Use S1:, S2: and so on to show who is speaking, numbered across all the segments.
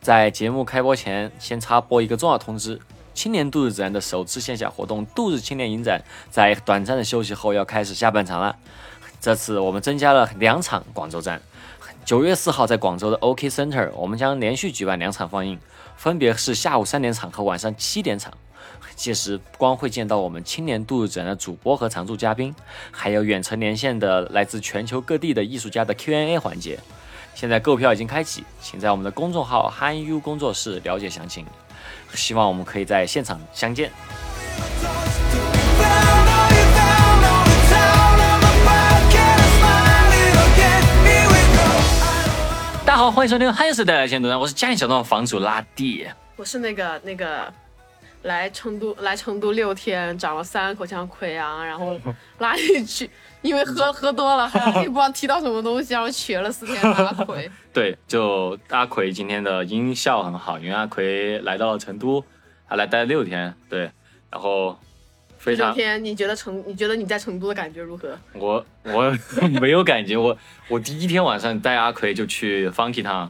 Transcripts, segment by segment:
S1: 在节目开播前，先插播一个重要通知：青年度日指南的首次线下活动——度日青年影展，在短暂的休息后要开始下半场了。这次我们增加了两场广州站。九月四号在广州的 OK Center，我们将连续举办两场放映，分别是下午三点场和晚上七点场。届时不光会见到我们青年度日指南的主播和常驻嘉宾，还有远程连线的来自全球各地的艺术家的 Q&A 环节。现在购票已经开启，请在我们的公众号憨 u 工作室了解详情。希望我们可以在现场相见。大家好，欢迎收听憨 u 时代的线读我是嘉义小段房主拉蒂。
S2: 我是那个那个来成都 来成都六天，长了三口腔溃疡，然后
S1: 嗯
S2: 拉进去，因为喝喝 多了，还也不知道提到什么东西，然后瘸了四天拉腿。
S1: 对，就阿奎今天的音效很好，因为阿奎来到了成都，他来待了六天，对，然后非
S2: 六
S1: 常
S2: 天，你觉得成你觉得你在成都的感觉如何？
S1: 我我 没有感觉，我我第一天晚上带阿奎就去 Funky Town，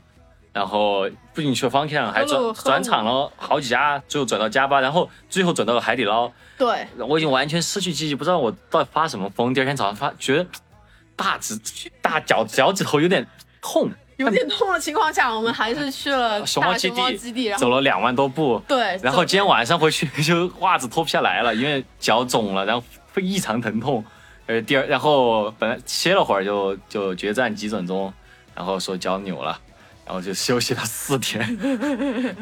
S1: 然后不仅去了 Funky Town，还
S2: 喝
S1: 转
S2: 了
S1: 转场了好几家，最后转到加巴，然后最后转到了海底捞，
S2: 对，
S1: 我已经完全失去记忆，不知道我到底发什么疯。第二天早上发觉得大指大脚脚趾头有点痛，
S2: 有点痛的情况下，我们还是去了
S1: 呃熊
S2: 大
S1: 基
S2: 熊猫基地，然后
S1: 走了两万多步，
S2: 对，
S1: 然后
S2: 走
S1: 今天晚上回去 就袜子脱不下来了，因为脚肿了，然后会异常疼痛。呃，第二，然后本来歇了会儿就就决战急诊中，然后说脚扭了，然后就休息了四 天。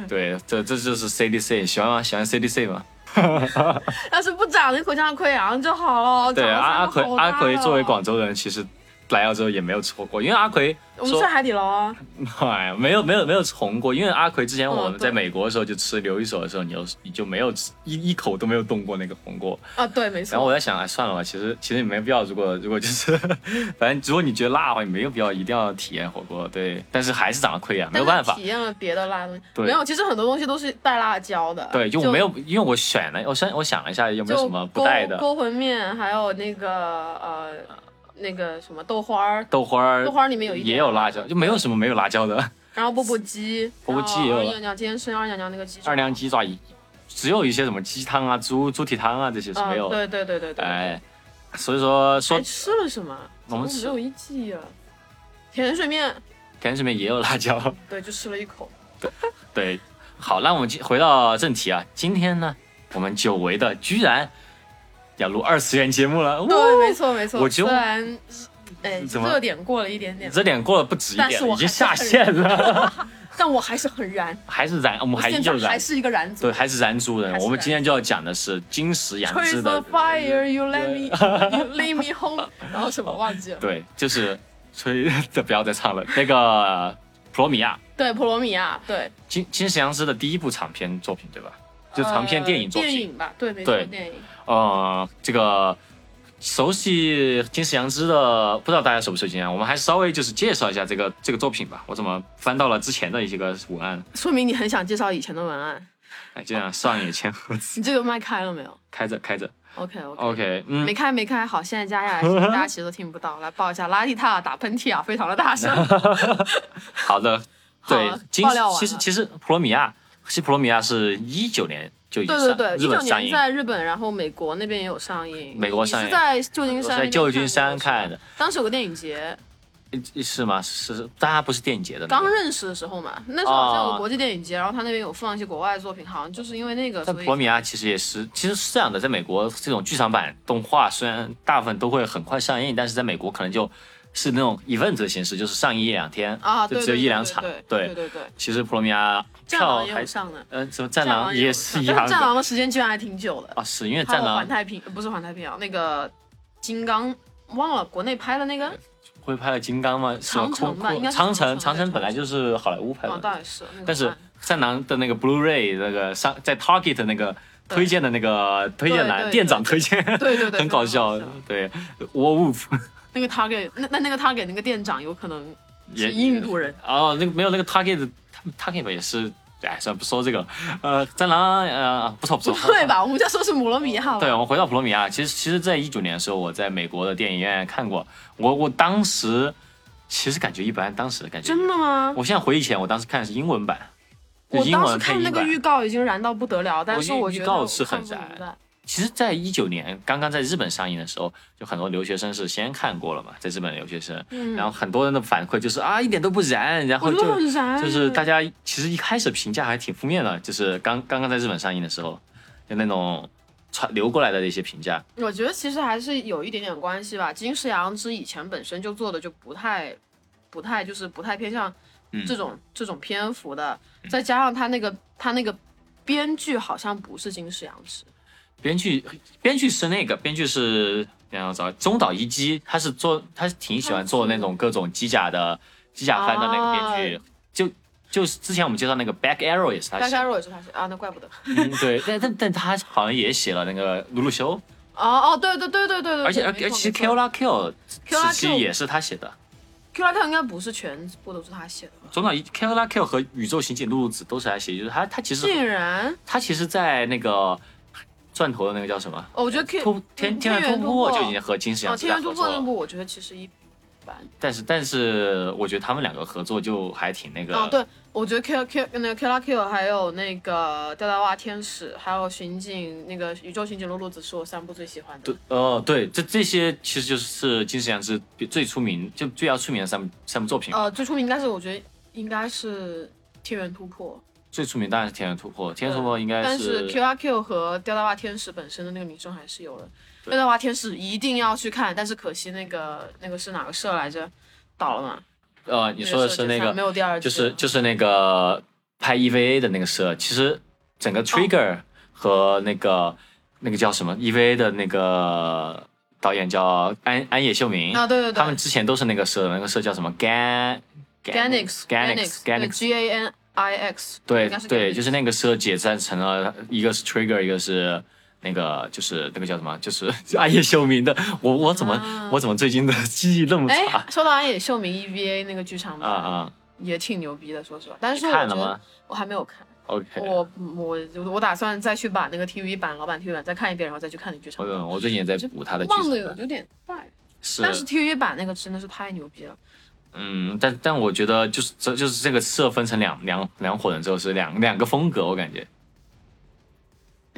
S1: 对，这这就是 CDC，喜欢吗？喜欢 CDC 吗？
S2: 要是不长那口腔溃疡就好了。
S1: 对，
S2: 长了
S1: 阿阿
S2: 三个
S1: 奎
S2: 好大哦
S1: 阿奎
S2: 了
S1: 作为，广州人，其实来澳洲也没有错过，因为阿奎
S2: 我们
S1: 说
S2: 去海底捞啊，
S1: 哎，没有没有没有重过，因为阿奎之前我们
S2: 嗯对
S1: 在美国的时候就吃留一手的时候，你就你就没有吃一一口都没有动过那个红锅。
S2: 啊对，没
S1: 然后我
S2: 错，
S1: 在想，哎，算了吧，其实其实也没必要。如果如果就是，反正如果你觉得辣的话，你没有必要一定要体验火锅。对，但是还是长了溃疡，没有办
S2: 但
S1: 法
S2: 是。体验了别的辣的东西，
S1: 对
S2: 没有，其实很多东西都是带辣椒的，
S1: 对，就
S2: 就
S1: 没有，因为我选了，我想我想了一下，有没
S2: 就
S1: 有什么不
S2: 勾
S1: 带的？
S2: 勾魂面，还有那个呃那个什么豆花儿，
S1: 豆花儿，
S2: 豆花儿里面有一点
S1: 呃也有辣椒，就没有什么没有辣椒的。
S2: 然后钵钵鸡，
S1: 钵钵鸡也
S2: 然
S1: 有
S2: 后二娘娘今天生二娘娘那个鸡爪，
S1: 二娘鸡爪，只有一些什么鸡汤啊、猪猪蹄汤啊这些是
S2: 啊
S1: 没有的。
S2: 对对对对对，哎
S1: 哎，所以说说
S2: 还吃了什么？
S1: 我们吃
S2: 怎么没有一记忆啊，甜水面，
S1: 甜水面也有辣椒。
S2: 对，就吃了一口，
S1: 对，好，那我们今回到正题啊，今天呢，我们久违的居然要录二次元节目了，
S2: 对，没错没错，
S1: 哦我觉
S2: 虽
S1: 得
S2: 然哎
S1: 怎么
S2: 热点过了一点点，
S1: 这点过了不止一
S2: 但
S1: 点
S2: 是
S1: 了，
S2: 我
S1: 已经
S2: 还是
S1: 下
S2: 很
S1: 线了，
S2: 但我还是很燃，
S1: 还是燃，我们
S2: 我
S1: 还依
S2: 现
S1: 旧
S2: 在
S1: 燃
S2: 还，是一个燃
S1: 对，
S2: 族。
S1: 还是燃猪人
S2: 还。是
S1: 我们
S2: 燃
S1: 今天就要讲的是金石养之
S2: Trace
S1: 的
S2: the，fire, you let me, you lead me home，然后什么忘记了？
S1: 对，就是吹，这不要再唱了，那 个普罗米亚。
S2: 对，普罗米亚，对，
S1: 金金石良师的第一部长篇作品对吧？就长篇电影作
S2: 呃
S1: 品，
S2: 电影吧，对，没错
S1: 对，
S2: 电影。
S1: 呃，这个熟悉金石良知的，不知道大家熟不熟悉啊？我们还是稍微就是介绍一下这个这个作品吧。我怎么翻到了之前的一些个文案？
S2: 说明你很想介绍以前的文案。
S1: 哎，这样上野千鹤子
S2: 你这个麦开了没有
S1: 开着开 着
S2: ？OK OK，、
S1: ，OK，嗯
S2: 没，开没开，好，现在加下来，大家其实都听不到。来报一下，拉蒂塔打喷嚏啊，非常的大 声。
S1: 好的，
S2: 好
S1: 对
S2: 了，
S1: 金
S2: 爆料完了
S1: 其实其实普罗米亚，其实普罗米亚是一九年就已经
S2: 对对
S1: 上
S2: 对，一
S1: 日
S2: 九
S1: 本上
S2: 年
S1: 映，
S2: 在日本，然后美国那边也有上映。
S1: 美国上映
S2: 你是在旧金
S1: 我
S2: 山那边看的，
S1: 在旧金山看的，
S2: 当时有个电影节，
S1: 是吗？是，但它不是电影节的那
S2: 刚
S1: 个。
S2: 认识的时候嘛，那时候好像
S1: 哦
S2: 有国际电影节，然后他那边有放一些国外的作品，好像就是因为那个，
S1: 但
S2: 所
S1: 普
S2: 以
S1: 罗米亚其实也是，其实是这样的，在美国这种剧场版动画虽然大部分都会很快上映，但是在美国可能就是那种 event 的形式，就是上映一两天
S2: 啊，
S1: 就
S2: 对，
S1: 只有
S2: 对
S1: 一两场。
S2: 对对对对，
S1: 其实普罗米亚
S2: 战
S1: 票
S2: 狼也有
S1: 还
S2: 上的，
S1: 呃什么战
S2: 战
S1: 狼
S2: 也有
S1: 是
S2: 上
S1: 一
S2: 但
S1: 样
S2: 是战
S1: 的
S2: 狼的时间居然还挺久的。
S1: 啊，是因为
S2: 还
S1: 战
S2: 有环
S1: 狼
S2: 太平呃不是环太平洋，那个金刚忘了国内拍的那个，
S1: 会拍了金刚吗？是吧
S2: 长城吧
S1: 库库
S2: 应该是
S1: 长
S2: 长
S1: 城
S2: 城
S1: 长
S2: 对
S1: 城本来就是好莱坞拍
S2: 哦，
S1: 的，
S2: 倒也是，那个
S1: 但是
S2: 好像
S1: 战狼的那个 Blu-ray 那个上在 Target 那个推荐的那个推荐
S2: 对
S1: 栏
S2: 对
S1: 店长推荐，
S2: 对对 对，
S1: 很搞笑
S2: 非常搞。
S1: 对，Wolf
S2: 那个 target，那那那个 target 那个店长有可能
S1: 也
S2: 是印度人，
S1: 哦，那个没有那个 Target，他们 Target 吧也是，哎，算了不说这个了。呃，战狼，呃，不错不
S2: 不
S1: 错。
S2: 对吧？我们在说是摩罗米亚吧？
S1: 对，我们回到普罗米亚，其实其实，在一九年的时候，我在美国的电影院看过，我我当时其实感觉一般，当时的感觉。
S2: 真的吗？
S1: 我现在回忆起来，我当时看的是英文版，就
S2: 我
S1: 英
S2: 当
S1: 文
S2: 时
S1: 配
S2: 看那
S1: 音
S2: 个
S1: 版。
S2: 预告已经燃到不得了，但
S1: 我
S2: 是
S1: 预
S2: 我
S1: 预
S2: 觉得
S1: 告
S2: 我
S1: 是
S2: 看
S1: 很
S2: 不明
S1: 燃
S2: 白
S1: 其实，在一九年刚刚在日本上映的时候，就很多留学生是先看过了嘛，在日本留学生，
S2: 嗯
S1: 然后很多人的反馈就是啊，一点都不燃，然后
S2: 我觉得
S1: 就
S2: 很啊燃，
S1: 就是大家其实一开始评价还挺负面的，就是刚刚刚在日本上映的时候，就那种传流过来的一些评价，
S2: 我觉得其实还是有一点点关系吧。金石良之以前本身就做的就不太，不太就是不太偏向
S1: 嗯
S2: 这种、这种篇幅的，再加上他那个他那个编剧好像不是金石良之，
S1: 编剧编剧是那个编剧是那样子，啊中岛一基，他是做他挺喜欢做那种各种机甲的机甲番的那个编剧，
S2: 哦
S1: 就就是之前我们介绍那个 Back Arrow 也是他
S2: 大
S1: 写
S2: 家
S1: 的，
S2: 如果是他写啊，那怪不得。
S1: 嗯对，但但但他好像也写了那个鲁鲁修，
S2: 哦哦，对对对对对对，
S1: 而且而
S2: 没错
S1: 且其实
S2: 没
S1: Kill
S2: 错
S1: la Kill 时
S2: Kill
S1: 期也是他写的，
S2: Q 拉 Q 应该不是全部都是他写的吧？
S1: 中岛一 Kill la Kill 和宇宙刑警露露子都是他写，就是他他其实
S2: 竟然，
S1: 他其实，在那个钻头的那个叫什么？
S2: 哦我觉得 Q
S1: 突天天然突破就已经和金石
S2: 哦，
S1: 阳
S2: 天
S1: 之在
S2: 元
S1: 合
S2: 突
S1: 作
S2: 破那
S1: 了，
S2: 部，我觉得其实一般。
S1: 但是但是我觉得他们两个合作就还挺那个。
S2: 哦，对，我觉得 Q Q 那个 Q 拉 Q 还有那个吊带袜天使，还有巡警那个宇宙刑警露露子是我三部最喜欢的
S1: 对。，哦，对，这这些其实就是金石阳之最出名，就最要出名的三部三部作品。
S2: 呃，最出名应该是我觉得应该是天元突破，
S1: 最出名当然是《天元突破》，《天元突破》应该
S2: 但是 Q 拉 Q 和吊带袜天使本身的那个名声还是有的。吊带袜天使一定要去看，但是可惜那个那个是哪个社来着，倒了嘛？
S1: 呃，你说的是那
S2: 社解散
S1: 个
S2: 没有第二季
S1: 就
S2: 了，
S1: 是就是那个拍 EVA 的那个社，其实整个 Trigger 和那个、那个叫什么 EVA 的那个导演叫安安野秀明
S2: 啊，对对对，
S1: 他们之前都是那个社的，那个社叫什么 Gan
S2: Ganix
S1: Ganix Ganix，
S2: G A N I X
S1: 对
S2: 应该是
S1: 对，
S2: Ganix
S1: 就是那个社解散成了一个是 Trigger，一个是。那个就是那个叫什么，就是 暗夜秀明的，我我怎么、
S2: 啊
S1: 我怎么最近的记忆那么差
S2: 哎，说到安野秀明 EVA 那个剧场
S1: 啊
S2: 版，
S1: 啊？
S2: 也挺牛逼的，说实话。但是我
S1: 看
S2: 觉
S1: 了吗
S2: 得我还没有看，
S1: ？OK，
S2: 我我我打算再去把那个 TV 版、老版 TV 版再看一遍，然后再去看那剧场版。
S1: 我我最近也在补他的剧
S2: 忘
S1: 场
S2: 的
S1: 版
S2: 有有点快，
S1: 是
S2: 但是 TV 版那个真的是太牛逼了。
S1: 嗯，但但我觉得就是这就是这个社分成两两两伙人之后是两两个风格，我感觉，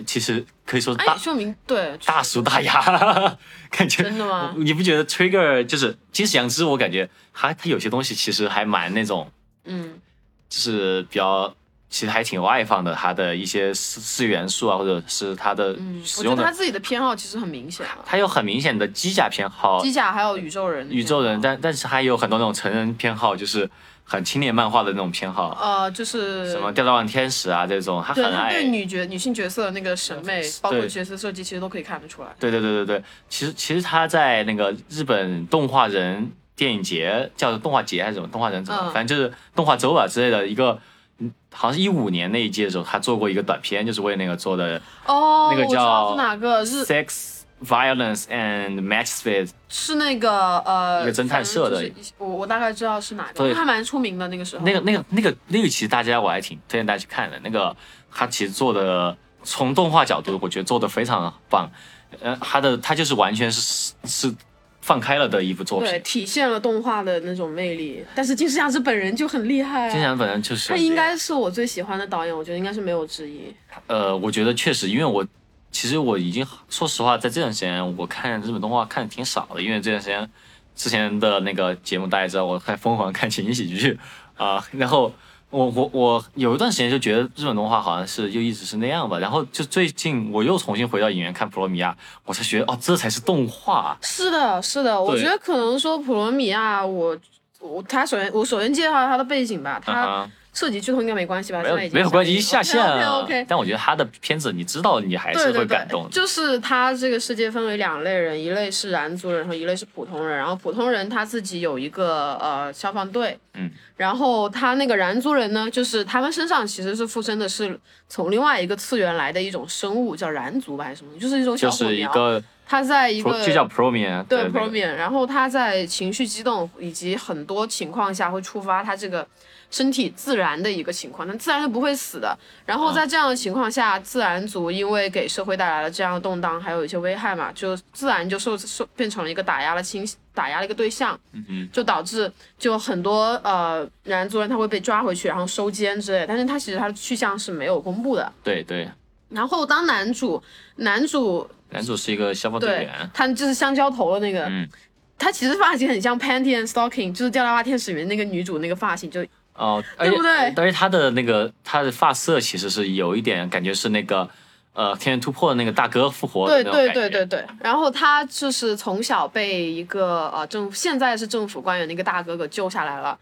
S1: 其实可以说
S2: 安
S1: 大、
S2: 野秀哎明对
S1: 大叔大牙， 感觉
S2: 真的吗
S1: 你不觉得 Trigger 就是金石良知？我感觉他他有些东西其实还蛮那种，
S2: 嗯
S1: 就是比较其实还挺外放的，他的一些四四元素啊，或者是他的
S2: 嗯，我
S1: 使
S2: 觉
S1: 用
S2: 得
S1: 的，
S2: 他自己的偏好其实很明显啊，
S1: 他有很明显的机甲偏好，
S2: 机甲还有宇宙人那些，
S1: 宇宙人，但但是还有很多那种成人偏好，就是很青年漫画的那种偏好，
S2: 呃就是
S1: 什么《调到万天使》啊这种，他
S2: 对
S1: 很
S2: 他
S1: 爱。
S2: 对女角女性角色的那个审美，包括角色设计，其实都可以看得出来。
S1: 对对对对对，其实其实他在那个日本动画人电影节叫动画节还是什么动画人怎么，
S2: 嗯
S1: 反正就是动画周吧之类的一个，嗯好像是一五年那一届的时候，他做过一个短片，就是为那个做的
S2: 哦，
S1: 那个
S2: 我知道
S1: 叫
S2: 是哪个日
S1: Sex Violence and Match Fit，
S2: 是那个呃，
S1: 一个侦探社的
S2: 反正就是一我我大概知道是哪
S1: 对
S2: 个，还蛮出名的那个时候。
S1: 那个、那个、那个、那个，其实大家我还挺推荐大家去看的。那个他其实做的，从动画角度，我觉得做的非常棒。呃，他的他就是完全是是放开了的一部作
S2: 对，
S1: 品。
S2: 体现了动画的那种魅力。但是金世良之本人就很厉害、
S1: 金
S2: 啊，
S1: 翔本人就是
S2: 他应该是我最喜欢的导演，我觉得应该是没有之一。
S1: 呃，我觉得确实，因为我其实我已经说实话，在这段时间我看日本动画看的挺少的，因为这段时间之前的那个节目大家知道，我在疯狂看情景喜剧啊、然后我我我有一段时间就觉得日本动画好像是就一直是那样吧，然后就最近我又重新回到影院看《普罗米亚》，我才觉得哦，这才是动画，
S2: 是的，是的，我觉得可能说普罗米亚，我我他首先我首先介绍他的背景吧，
S1: 啊
S2: 他、涉及剧透应该没关系吧？
S1: 没
S2: 现在已
S1: 有
S2: 经
S1: 没有关系，下线啊了。
S2: OK OK。
S1: 但我觉得他的片子你知道，你还是
S2: 对
S1: 会
S2: 对
S1: 感动
S2: 对，
S1: 的。
S2: 就是他这个世界分为两类人，一类是燃族人，然后一类是普通人。然后普通人他自己有一个呃消防队，
S1: 嗯，
S2: 然后他那个燃族人呢，就是他们身上其实是附身的是从另外一个次元来的一种生物，叫燃族吧还是什么，就是一种
S1: 就
S2: 小火
S1: 是一
S2: 苗。
S1: 个
S2: 他在一
S1: Pro-
S2: 个
S1: 就叫 Promian，
S2: 对
S1: 那个
S2: Promian，然后他在情绪激动以及很多情况下会触发他这个身体自燃的一个情况，但自然是不会死的。然后在这样的情况下，自然族因为给社会带来了这样的动荡，还有一些危害嘛，就自然就受受变成了一个打压了倾打压了一个对象，
S1: 嗯
S2: 就导致就很多呃燃族人他会被抓回去，然后收监之类的，但是他其实他的去向是没有公布的。
S1: 对对，
S2: 然后当男主男主
S1: 男主是一个消防队
S2: 对
S1: 员，
S2: 他就是香蕉头的那个，
S1: 嗯
S2: 他其实发型很像 Panty and Stocking，就是《掉拉拉天使》里面那个女主那个发型，就
S1: 哦，而且
S2: 对不对
S1: 而且他的那个他的发色其实是有一点感觉是那个呃《天元突破》的那个大哥复活的
S2: 对
S1: 那种
S2: 对
S1: 感
S2: 对
S1: 觉
S2: 对对。然后他就是从小被一个呃政现在是政府官员的一个大哥给救下来了。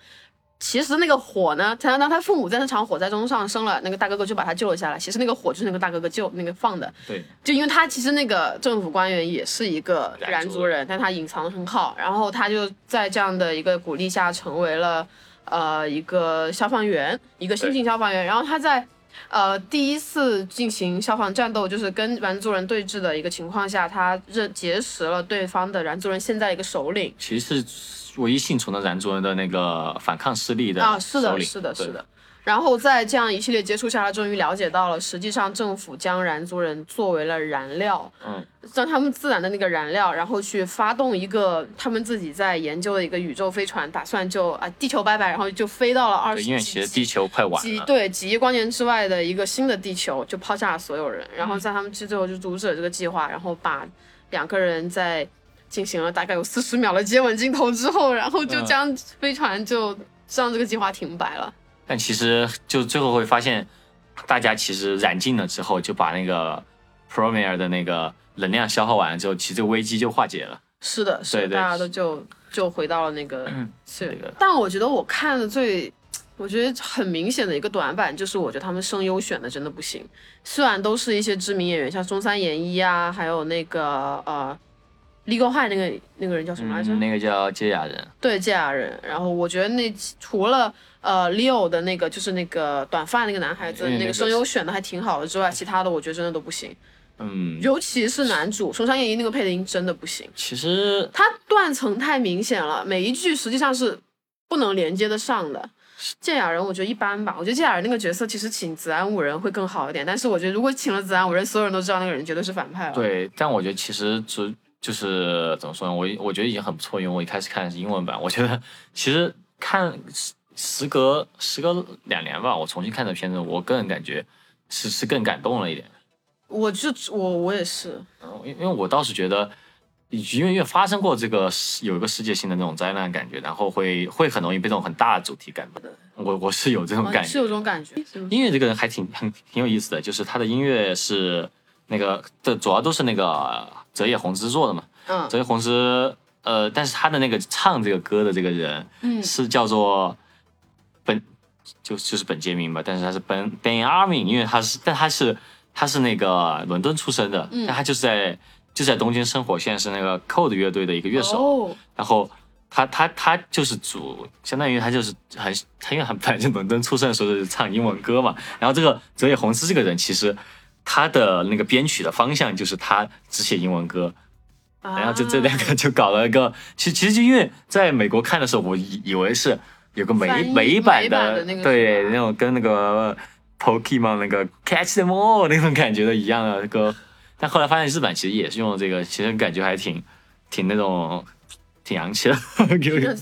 S2: 其实那个火呢，他让他父母在那场火灾中丧生了，那个大哥哥就把他救了下来。其实那个火就是那个大哥哥救那个放的，
S1: 对
S2: 就因为他其实那个政府官员也是一个
S1: 燃
S2: 燃
S1: 族
S2: 族人，但他隐藏的很好，然后他就在这样的一个鼓励下成为了呃一个消防员，一个新
S1: 对
S2: 晋消防员。然后他在呃第一次进行消防战斗，就是跟燃族人对峙的一个情况下，他认结识了对方的燃族人现在一个首领。
S1: 其实是唯一幸存的燃族人的那个反抗势力的
S2: 啊，是
S1: 首
S2: 的，
S1: 领
S2: 是的，
S1: 对
S2: 是的。然后在这样一系列接触下来，终于了解到了，实际上政府将燃族人作为了燃料，
S1: 嗯，
S2: 让他们自燃的那个燃料，然后去发动一个他们自己在研究的一个宇宙飞船，打算就啊地球拜拜，然后就飞到了二
S1: 对，
S2: 十
S1: 因为其实地球快完
S2: 几
S1: 了，
S2: 对几亿光年之外的一个新的地球，就抛下了所有人。然后在他们之最后就阻止了这个计划，然后把两个人在进行了大概有四十秒的接吻镜头之后，然后就
S1: 嗯
S2: 将飞船就让这个计划停摆了。
S1: 但其实就最后会发现，大家其实染尽了之后，就把那个 Promare 的那个能量消耗完了之后，其实这个危机就化解了。
S2: 是的，是
S1: 对
S2: 的，
S1: 对
S2: 大家都就就回到了 那个次元
S1: 那个。
S2: 但我觉得我看的最，我觉得很明显的一个短板就是，我觉得他们声优选的真的不行。虽然都是一些知名演员，像中山研一啊，还有那个呃。legal high 那个那个人叫什么来着？
S1: 嗯，那个叫接雅人，
S2: 对，芥雅人。然后我觉得那除了呃 Leo 的那个就是那个短发那个男孩子
S1: 嗯因为那
S2: 那
S1: 个
S2: 个声优选的还挺好的之外，其他的我觉得真的都不行。
S1: 嗯，
S2: 尤其是男主松山研一那个配的音真的不行，
S1: 其实
S2: 他断层太明显了，每一句实际上是不能连接得上的。芥雅人我觉得一般吧，我觉得芥雅人那个角色其实请子安五人会更好一点，但是我觉得如果请了子安五人，所有人都知道那个人绝对是反派了。
S1: 对，但我觉得其实只就是怎么说呢，我我觉得已经很不错，因为我一开始看的是英文版，我觉得其实看时时隔时隔两年吧，我重新看这片子，我个人感觉是是更感动了一点。
S2: 我就我我也是，
S1: 嗯，因因为我倒是觉得，因为因为发生过这个世有一个世界性的那种灾难感觉，然后会会很容易被这种很大的主题感动。我我是有这种
S2: 啊
S1: 感
S2: 是
S1: 觉。
S2: 有这种感觉。是吗
S1: 音乐这个人还挺很挺有意思的，就是他的音乐是那个的主要都是那个泽野弘之做的嘛。
S2: 嗯，
S1: 泽野弘之，呃，但是他的那个唱这个歌的这个人，
S2: 嗯
S1: 是叫做本，就就是本杰明吧，但是他是本 Ben Armin，因为他是，但他是他是那个伦敦出生
S2: 嗯
S1: 的，但他就是在就在东京生活，现在是那个 Cold 乐队的一个乐手，
S2: 哦
S1: 然后。他他他就是主，相当于他就是很，他因为他本来就伦敦出生的时候就是唱英文歌嘛。然后这个泽野弘之这个人，其实他的那个编曲的方向就是他只写英文歌，然后就
S2: 啊
S1: 这两个就搞了一个，其其实就因为在美国看的时候，我以以为是有个美
S2: 翻译
S1: 美版
S2: 美版的那个
S1: 对
S2: 是吧
S1: 那种跟那个 Pokemon 那个 Catch Them All 那种感觉的一样的歌，但后来发现日版其实也是用了这个，其实感觉还挺挺那种挺洋气的，
S2: 啊，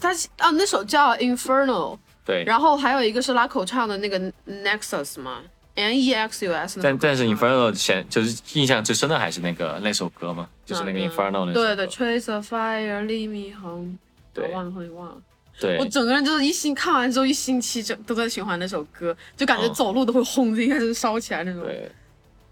S2: 他啊那首叫 Inferno，
S1: 对。
S2: 然后还有一个是拉口唱的那个 Nexus 嘛，N E X U S
S1: 但但是 Inferno 显就是印象最深的还是那个那首歌嘛，就是那个 Inferno 那首歌
S2: 嗯对对，Trace of Fire, Leave Me Home，我忘了我也忘了，
S1: 对
S2: 我整个人就是一星看完之后一星期整都在循环那首歌，就感觉
S1: 嗯
S2: 走路都会轰的一下就烧起来那种。
S1: 对，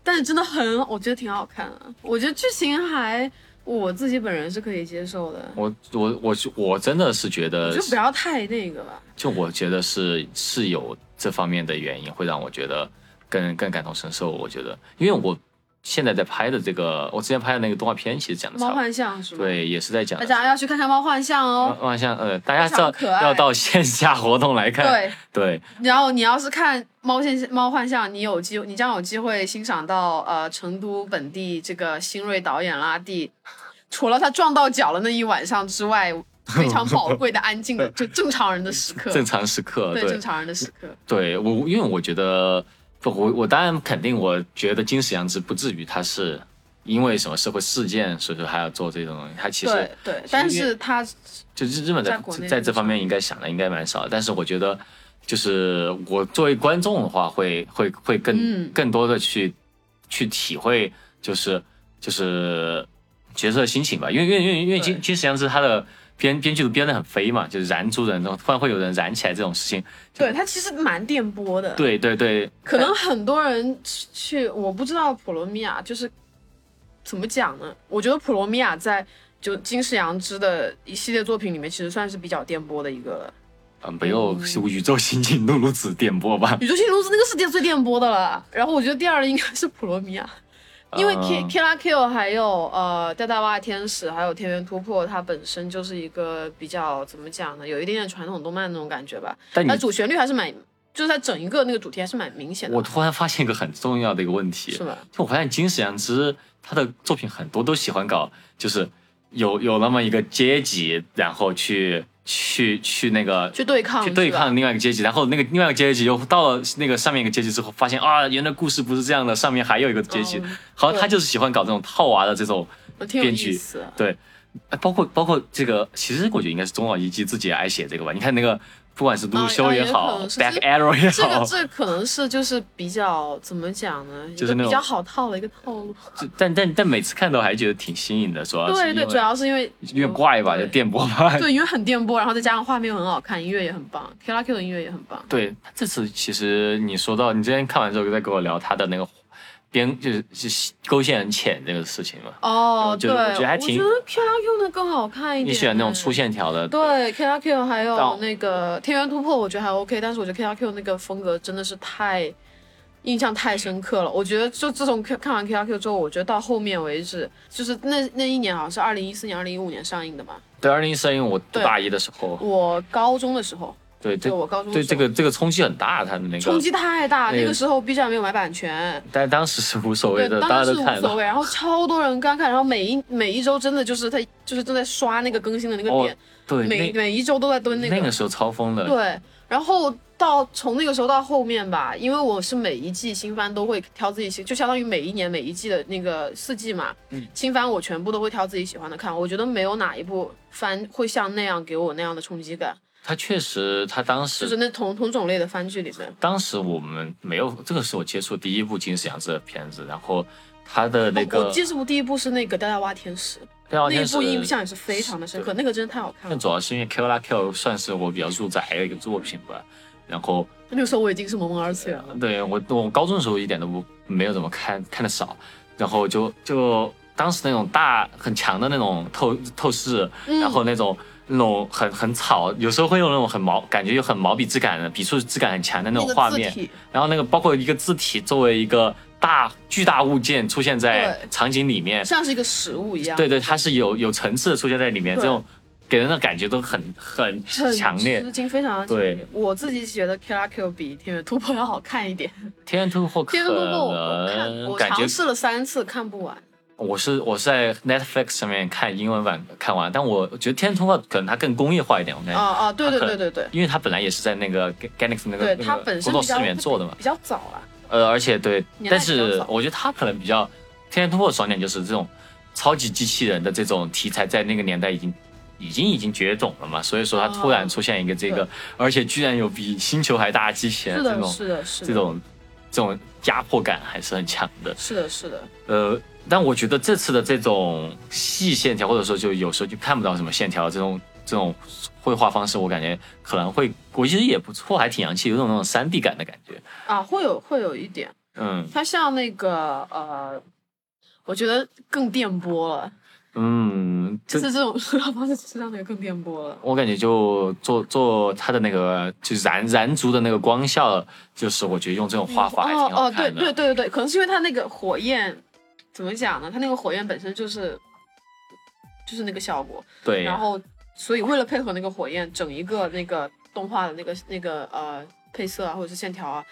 S2: 但是真的很，我觉得挺好看的，我觉得剧情还我自己本人是可以接受的，
S1: 我我我是我真的是觉得
S2: 就不要太那个吧。
S1: 就我觉得是是有这方面的原因，会让我觉得更更感同身受。我觉得，因为我现在在拍的这个，我之前拍的那个动画片，其实讲的差
S2: 猫
S1: 不多，
S2: 幻象是吗？
S1: 对，也是在讲
S2: 大。家要去看看猫幻象哦。
S1: 望向呃，大家
S2: 非常
S1: 到
S2: 可爱
S1: 要到线下活动来 看，
S2: 对，
S1: 对
S2: 然后你要是看猫现猫幻象，你有机你将有机会欣赏到呃成都本地这个新锐导演拉蒂除了他撞到脚了那一晚上之外，非常宝贵的安静的就正常人的时刻，
S1: 正常时刻，
S2: 对
S1: 对
S2: 正常人的时刻。
S1: 对，我因为我觉得，不我我当然肯定，我觉得金石良知不至于他是因为什么社会事件，所以说还要做这种东西，他其实
S2: 对对，但
S1: 因为
S2: 是他
S1: 就日日本在
S2: 在国内
S1: 在这方面应该想的应该蛮少，但是我觉得就是我作为观众的话会，会会更、
S2: 嗯
S1: 更多的去去体会，就是就是角色的心情吧，因为因为因为因为金
S2: 对
S1: 金石良知他的编编剧都编的很飞嘛，就是燃出人，突然会有人燃起来这种事情，
S2: 对他其实蛮电波的，
S1: 对对对，
S2: 可能很多人去去，我不知道普罗米亚就是怎么讲呢？我觉得普罗米亚在就金世阳之的一系列作品里面，其实算是比较电波的一个了。
S1: 嗯，没有宇宙刑警 露露子点播吧？
S2: 宇宙新龙子那个是电最电波的了，然后我觉得第二应该是普罗米亚，因为 K
S1: 嗯
S2: K 拉 Q 还有呃戴大袜天使还有天元突破，它本身就是一个比较怎么讲呢，有一点点传统动漫那种感觉吧。
S1: 但你
S2: 它主旋律还是蛮，就是它整一个那个主题还是蛮明显的
S1: 我
S2: 嘛，
S1: 突然发现一个很重要的一个问题，
S2: 是吧？
S1: 就我发现金石良知他的作品很多都喜欢搞，就是有有那么一个阶级，然后去去去那个
S2: 去对抗，
S1: 去对
S2: 是吧
S1: 抗另外一个阶级，然后那个另外一个阶级又到了那个上面一个阶级之后，发现啊，原来故事不是这样的，上面还有一个阶级，
S2: 嗯
S1: 好像他
S2: 对
S1: 就是喜欢搞这种套娃的这种
S2: 挺有
S1: 编
S2: 意
S1: 剧
S2: 思的。
S1: 对，哎包括包括这个，其实我觉得应该是中岛一基自己也爱写这个吧。你看那个，不管是路修也
S2: 啊
S1: 好、
S2: 有可能是
S1: b a c k Arrow 也
S2: 这个
S1: 好，
S2: 这个可能是就是比较怎么讲呢，一
S1: 就
S2: 个
S1: 是那种
S2: 比较好套的一个套路。
S1: 这但但但每次看到还觉得挺新颖的，主要是
S2: 对对，
S1: 因为
S2: 主要是因为
S1: 因为怪吧，就
S2: 对
S1: 电波吧。
S2: 对，因为很电波，然后再加上画面又很好看，音乐也很棒，K 拉 Q 的音乐也很棒。
S1: 对，这次其实你说到你之前看完之后，在跟我聊他的那个编就是就是勾线很浅这个事情嘛。
S2: 哦，
S1: 就
S2: 对，
S1: 是我
S2: 我
S1: 觉得还挺
S2: 觉得 K 拉 Q 的更好看一点。嗯
S1: 你喜欢那种粗？线条的，
S2: 对，K 拉 Q 还有
S1: 但
S2: 那个天元突破，我觉得还 OK，但是我觉得 K 拉 Q 那个风格真的是太印象太深刻了。我觉得就自从 K 看完 K 拉 Q 之后，我觉得到后面为止，就是那那一年好像是二零一四年、二零一五年上映的嘛。
S1: 对，二零一三我读
S2: 对
S1: 大一的时候，
S2: 我高中的时候，
S1: 对
S2: 对
S1: 这
S2: 我高中的
S1: 对
S2: 时
S1: 这
S2: 候
S1: 个这个冲击很大，他的那
S2: 冲
S1: 个，
S2: 击太大，
S1: 那个
S2: 那个时候 B 站没有买版权，
S1: 但当时是无所谓的，
S2: 对，
S1: 大
S2: 当
S1: 家
S2: 时
S1: 都
S2: 是
S1: 看
S2: 无所
S1: 了。
S2: 谓， 然后超多人观看，然后每一每一周真的就是他就是正在刷那个更新的那个
S1: 哦
S2: 点，，
S1: 对，
S2: 每
S1: 那
S2: 每一周都在蹲那个，
S1: 那个时候超疯的，
S2: 对，然后到从那个时候到后面吧，因为我是每一季新番都会挑自己喜，就相当于每一年每一季的那个四季嘛，
S1: 嗯
S2: 新番我全部都会挑自己喜欢的看，我觉得没有哪一部番会像那样给我那样的冲击感，
S1: 他确实，他当时、
S2: 就是那同同种类的番剧里面。
S1: 当时我们没有，这个是我接触第一部金石良知的片子，然后他的那
S2: 哦我
S1: 个
S2: 接触第一部是那个《呆呆蛙天使》，
S1: 第二
S2: 那
S1: 天
S2: 一
S1: 是
S2: 部印象也是非常的深刻，那个真的太好看
S1: 但
S2: 了。
S1: 主要是因为 Q 啦 Q 算是我比较入宅的一个作品吧，然后
S2: 那个时候我已经是萌萌二次元了，
S1: 对我我高中的时候一点都不没有怎么看看的少，然后就就当时那种大很强的那种透透视，
S2: 嗯
S1: 然后那种。那种很很草，有时候会有那种很毛，感觉有很毛笔质感的笔触质感很强的那
S2: 那
S1: 种
S2: 个
S1: 画
S2: 字
S1: 面，
S2: 体，
S1: 然后那个包括一个字体作为一个大巨大物件出现在
S2: 对
S1: 场景里面，
S2: 像是一个食物一样，
S1: 对对，它是有有层次的出现在里面，
S2: 对
S1: 这种给人的感觉都很很
S2: 很
S1: 强烈
S2: 吃。惊，非常的强烈
S1: 对。
S2: 我自己觉得 K 拉 Q 比天元突破要好看一点。
S1: 天突破可
S2: 天元突破我看，
S1: 能
S2: 我
S1: 感觉
S2: 尝试了三次看不完。
S1: 我是我是在 Netflix 上面看英文版看完，但我觉得天突破可能它更工业化一点，我感
S2: 啊
S1: 觉，
S2: 啊，对对
S1: 它
S2: 对
S1: 哎可
S2: 对对。
S1: 因为它本来也是在那个 Ganex 那个
S2: 对
S1: 那
S2: 它
S1: 个
S2: 本
S1: 工
S2: 身
S1: 作
S2: 比
S1: 室
S2: 较
S1: 里面做的嘛，
S2: 比较早啊了，
S1: 呃，而且对，
S2: 年代
S1: 但
S2: 比较
S1: 是
S2: 早
S1: 我觉得他可能比较《天天突破》的爽点就是这种超级机器人的这种题材，在那个年代已经已经已经绝种了嘛，所以说他突然
S2: 哦
S1: 出现一个这个，
S2: 对
S1: 而且居然有比星球还大的机器人
S2: 是
S1: 这
S2: 的，
S1: 种
S2: 是的，是
S1: 这
S2: 的，
S1: 种这种压迫感还是很强的。
S2: 是的，是的，
S1: 呃，但我觉得这次的这种细线条，或者说就有时候就看不到什么线条这种这种绘画方式，我感觉可能会我觉得也不错，还挺洋气，有种那种三 D 感的感觉。
S2: 啊，会有会有一点，
S1: 嗯
S2: 它像那个呃，我觉得更电波了，
S1: 嗯，这
S2: 就是这种 说话方式实际上那个更电波了。
S1: 我感觉就做做它的那个就燃燃烛的那个光效，就是我觉得用这种画法还
S2: 哦
S1: 挺好
S2: 哦，对
S1: 看的。
S2: 对对对对，可能是因为它那个火焰怎么讲呢？它那个火焰本身就是就是那个效果，
S1: 对
S2: 然后所以为了配合那个火焰，整一个那个动画的那个那个呃配色啊，或者是线条啊，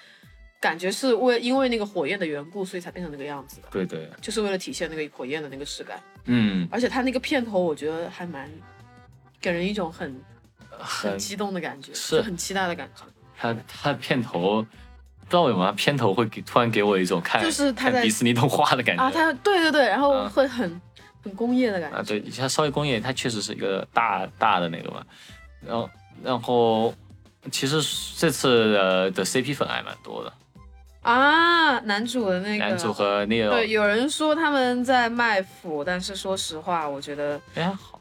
S2: 感觉是为因为那个火焰的缘故，所以才变成那个样子的，
S1: 对对
S2: 就是为了体现那个火焰的那个质感。
S1: 嗯，
S2: 而且他那个片头我觉得还蛮给人一种很很
S1: 很
S2: 激动的感觉，
S3: 是
S2: 就很期待的感觉。
S1: 他他片头，不知道为什么他片头会给突然给我一种看
S2: 就是他
S1: 看
S2: 在
S1: 迪士尼动画的感觉
S2: 啊，他对对对，然后
S1: 啊
S2: 会很、很工业的感觉。
S1: 啊，对，它稍微工业，它确实是一个大大的那个嘛。然后，然后其实这次的的 CP 粉还蛮多的，
S2: 啊，男主的那个
S1: 男主和 Neo，
S2: 对，有人说他们在卖腐，但是说实话，我觉得，
S1: 哎还好。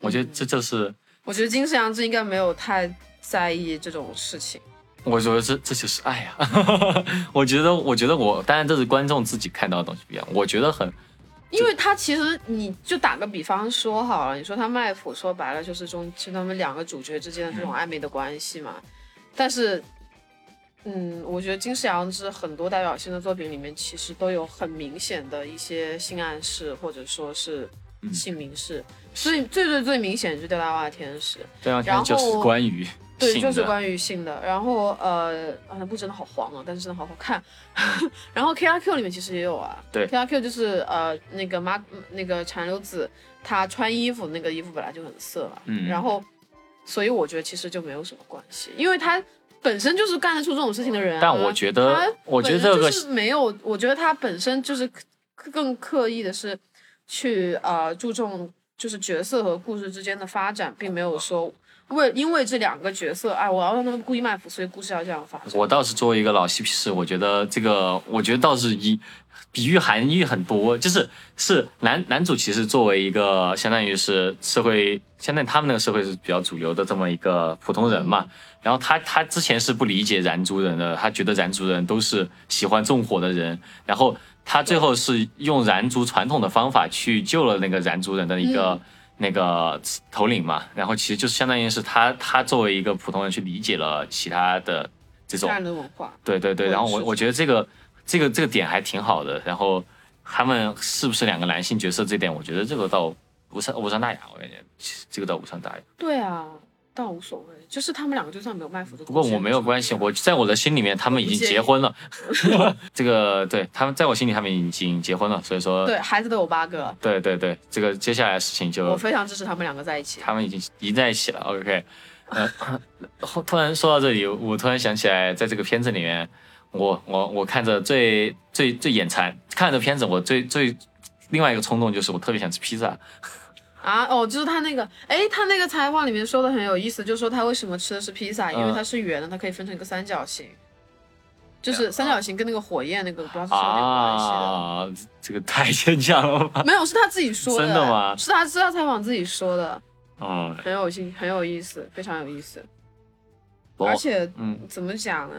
S1: 我觉得这就是，
S2: 我觉得金世阳志应该没有太在意这种事情。
S1: 我觉得这这就是爱呀、 我觉得，我觉得我，当然这是观众自己看到的东西不一样。我觉得很，
S2: 因为他其实，你就打个比方说好了，你说他卖腐，说白了就是中，就他们两个主角之间的这种暧昧的关系嘛。但是，嗯，我觉得金世阳之很多代表性的作品里面，其实都有很明显的一些性暗示，或者说是
S1: 嗯
S2: 性明示。最最最最明显就是《吊带袜的天使》，
S1: 这两
S2: 然
S1: 天
S2: 后
S1: 就是关于
S2: 对，
S1: 性
S2: 就是
S1: 的
S2: 关于性的。然后呃，啊，那部真的好黄啊，但是真的好好看。 然后 K R Q 里面其实也有啊，
S1: 对
S2: ，K R Q 就是呃那个妈那个产流子，她穿衣服那个衣服本来就很色嘛，
S1: 嗯
S2: 然后所以我觉得其实就没有什么关系，因为她本身就是干得出这种事情的人啊、
S1: 但我觉得
S2: 她
S1: 我觉得
S2: 本身
S1: 这个
S2: 就是没有，我觉得她本身就是更更刻意的是去呃注重就是角色和故事之间的发展，并没
S1: 哦
S2: 有说为因为这两个角色，哎，我要让他们故意卖腐，所以故事要这样发展。
S1: 我倒是作为一个老嬉皮士，我觉得这个，我觉得倒是一比喻含义很多，就是是男男主其实作为一个相当于是社会，相当于他们那个社会是比较主流的这么一个普通人嘛。然后他他之前是不理解燃族人的，他觉得燃族人都是喜欢纵火的人，然后他最后是用燃族传统的方法去救了那个燃族人的一
S2: 嗯
S1: 个、那个头领嘛，然后其实就是相当于是他他作为一个普通人去理解了其他的这种
S2: 这样的文化，
S1: 对对对，
S2: 或者
S1: 然后我
S2: 是
S1: 我觉得这个这个这个点还挺好的，然后他们是不是两个男性角色这点，我觉得这个倒无伤无伤大雅，我感觉这个倒无伤大雅。
S2: 对啊，倒无所谓，就是他们两个就算没有卖腐，
S1: 不过我没有关系，我在我的心里面他们已经
S2: 不介意
S1: 结 婚了，这个对他们在我心里他们已经结婚了，所以说
S2: 对孩子都有八个，
S1: 对对对，这个接下来的事情就
S2: 我非常支持他们两个在一起。啊
S1: 他们已经已经在一起了。OK，呃，后突然说到这里，我突然想起来，在这个片子里面，我我我看着最最最眼馋，看着片子我最最另外一个冲动就是我特别想吃披萨。
S2: 啊，哦，就是他那个，哎，他那个采访里面说的很有意思，就是说他为什么吃的是披萨，因为
S1: 嗯
S2: 它是圆的，它可以分成一个三角形，就是三角形跟那个火焰那个不知道是有点关系的。
S1: 啊，这个太牵强了 吧？
S2: 没有，是他自己说
S1: 真的吗
S2: 是他是他采访自己说的，
S1: 嗯，
S2: 很有兴，很有意思，非常有意思。
S1: 我
S2: 而且
S1: 嗯
S2: 怎么讲呢？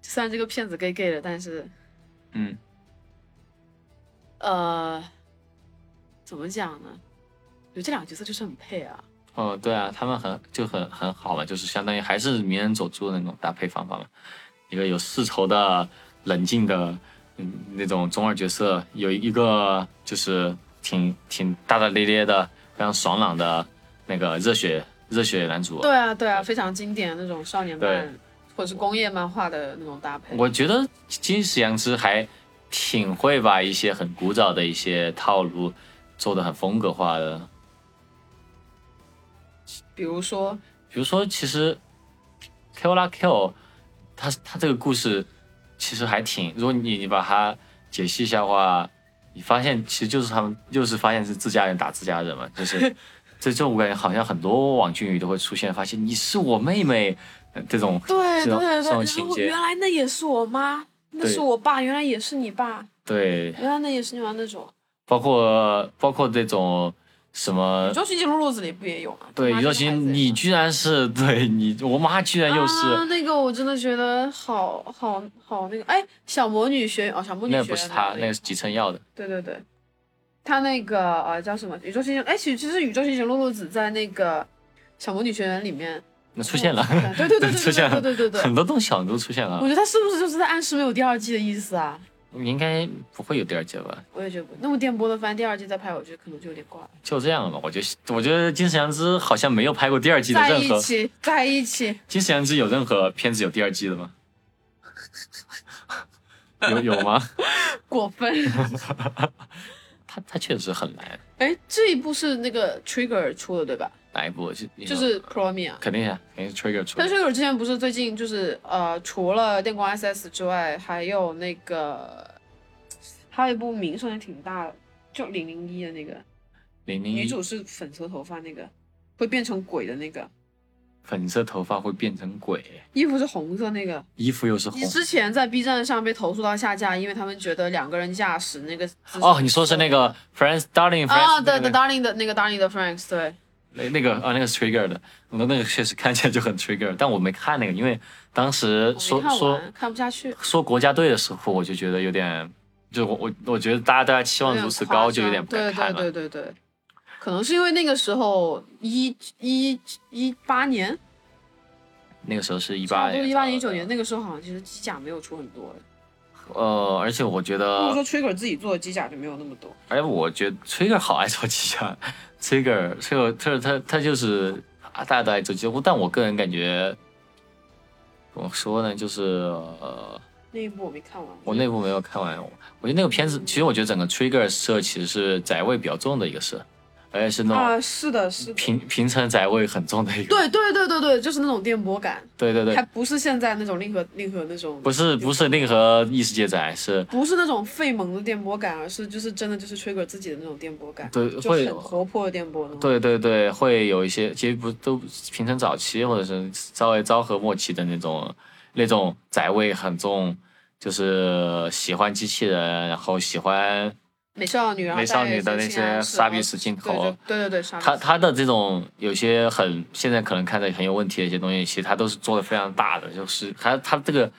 S2: 虽然这个骗子 gay gay 的，但是
S1: 嗯，
S2: 呃，怎么讲呢？我觉得这两个角色就是很配啊。
S1: 哦，对啊，他们很就很很好嘛，就是相当于还是名人佐助的那种搭配方法嘛，一个有世仇的冷静的，嗯，那种中二角色，有一个就是挺挺大大咧咧的，非常爽朗的那个热血热血男主。
S2: 对啊，对啊，非常经典的那种少年漫
S1: 对
S2: 或者是工业漫画的那种搭配。
S1: 我觉得金石良知还挺会把一些很古早的一些套路做的很风格化的，
S2: 比如说，
S1: 比如说，其实 Q 啦 Q，它它这个故事其实还挺，如果你你把它解析一下的话，你发现其实就是他们又是发现是自家人打自家人嘛，就是 这这我感觉好像很多网剧里都会出现，发现你是我妹妹呃这种 这
S2: 对对
S1: 种
S2: 对
S1: 这
S2: 对，
S1: 种
S2: 然
S1: 情
S2: 后
S1: 节
S2: 原，来那也是我妈，那
S1: 对
S2: 是我爸，原来也是你爸，
S1: 对，
S2: 原来那也是你妈那种。
S1: 包括包括这种什么
S2: 宇。宙刑警录子里不也有吗？
S1: 对，
S2: 他妈
S1: 宇宙
S2: 这个孩子
S1: 行，
S2: 也
S1: 你
S2: 是
S1: 居然是对你，我妈居然又是、
S2: 啊、那个，我真的觉得好好好那个，哎，小魔女学院哦，小魔女学
S1: 那
S2: 院
S1: 不是她，那
S2: 那
S1: 个是集成药的。
S2: 对对对，他那个呃叫什么宇宙星星？哎，其实其实宇宙星星露露子在那个小魔女学院里面嗯
S1: 那出现了，
S2: 对对对 对
S1: 出现了，
S2: 对对对对
S1: 很多东西好像都出现了
S2: 我。觉得他是不是就是在暗示没有第二季的意思啊？
S1: 应该不会有第二季了吧？
S2: 我也觉得不，那么电波的番第二季再拍，我觉得可能就有点怪。
S1: 就这样了吧。我觉得，我觉得金石良知好像没有拍过第二季的
S2: 在
S1: 任
S2: 一
S1: 何。
S2: 起，在一起，
S1: 金石良知有任何片子有第二季的 吗？ 有有吗？
S2: 过分。
S1: 他他确实很难。
S2: 哎，这一部是那个 Trigger 出的对吧？
S1: 哪一部？就
S2: 就是 Promia。
S1: 肯定呀，啊肯定是 Trigger 出
S2: 但
S1: 的。
S2: Trigger 之前不是最近就是呃，除了电光 SS 之外，还有那个还有一部名声也挺大的，就零零一的那个
S1: 零零
S2: 女
S1: 一
S2: 主是粉色头发那个，会变成鬼的那个，
S1: 粉色头发会变成鬼，
S2: 衣服是红色那个。
S1: 衣服又是红
S2: 你。之前在 B 站上被投诉到下架，因为他们觉得两个人驾驶那个姿势
S1: 哦，你说是那个 Friends Darling Friends
S2: 啊，对
S1: 那个
S2: 对，Darling 的那个 Darling 的 Franks 对。
S1: 那那个啊，那个是 Trigger 的，那那个确实看起来就很 Trigger，但我没看那个，因为当时
S2: 我
S1: 说
S2: 没看
S1: 说
S2: 完，看不下去。
S1: 说国家队的时候，我就觉得有点，就我我我觉得大家大家期望如此高，就有点不敢
S2: 对
S1: 看
S2: 对
S1: 了。
S2: 对对对，可能是因为那个时候一一一八年，
S1: 那个时候是一
S2: 差
S1: 八
S2: 不多
S1: 年，
S2: 一八年一九年，那个时候好像其实机甲没有出很多，
S1: 呃，而且我觉
S2: 或
S1: 得，
S2: 者说 Trigger 自己做的机甲就没有那么多。
S1: 而且我觉得 Trigger 好爱做机甲，Trigger Trigger 他他他就是啊，大家都爱做机甲，但我个人感觉，怎么说呢，就是呃。
S2: 那一部我没看完，
S1: 我那部没有看完，我我觉得那个片子，其实我觉得整个 Trigger 社其实是宅味比较重的一个社，而且是那种
S2: 啊，是的，是的，
S1: 平、平成宅味很重的一个。
S2: 对对对对对，就是那种电波感，
S1: 对对对
S2: 还不是现在那种令和令和那种，
S1: 不是不是那个异世界宅，是
S2: 不是那种费蒙的电波感，而是就是真的就是 Trigger 自己的那种电波感，
S1: 对
S2: 就
S1: 会
S2: 很活泼的电波那种。
S1: 对对对，会有一些其实不都平成早期或者是稍微昭和末期的那种那种宅味很重，就是喜欢机器人，然后喜欢
S2: 美少女，然后啊
S1: 美少女的
S2: 带
S1: 那
S2: 性暗
S1: 些
S2: 示
S1: 傻
S2: 然后
S1: 逼死镜头，
S2: 对对对对，傻逼
S1: 他他的这种有些很现在可能看着很有问题的一些东西，其实他都是做的非常大的，就是他他这个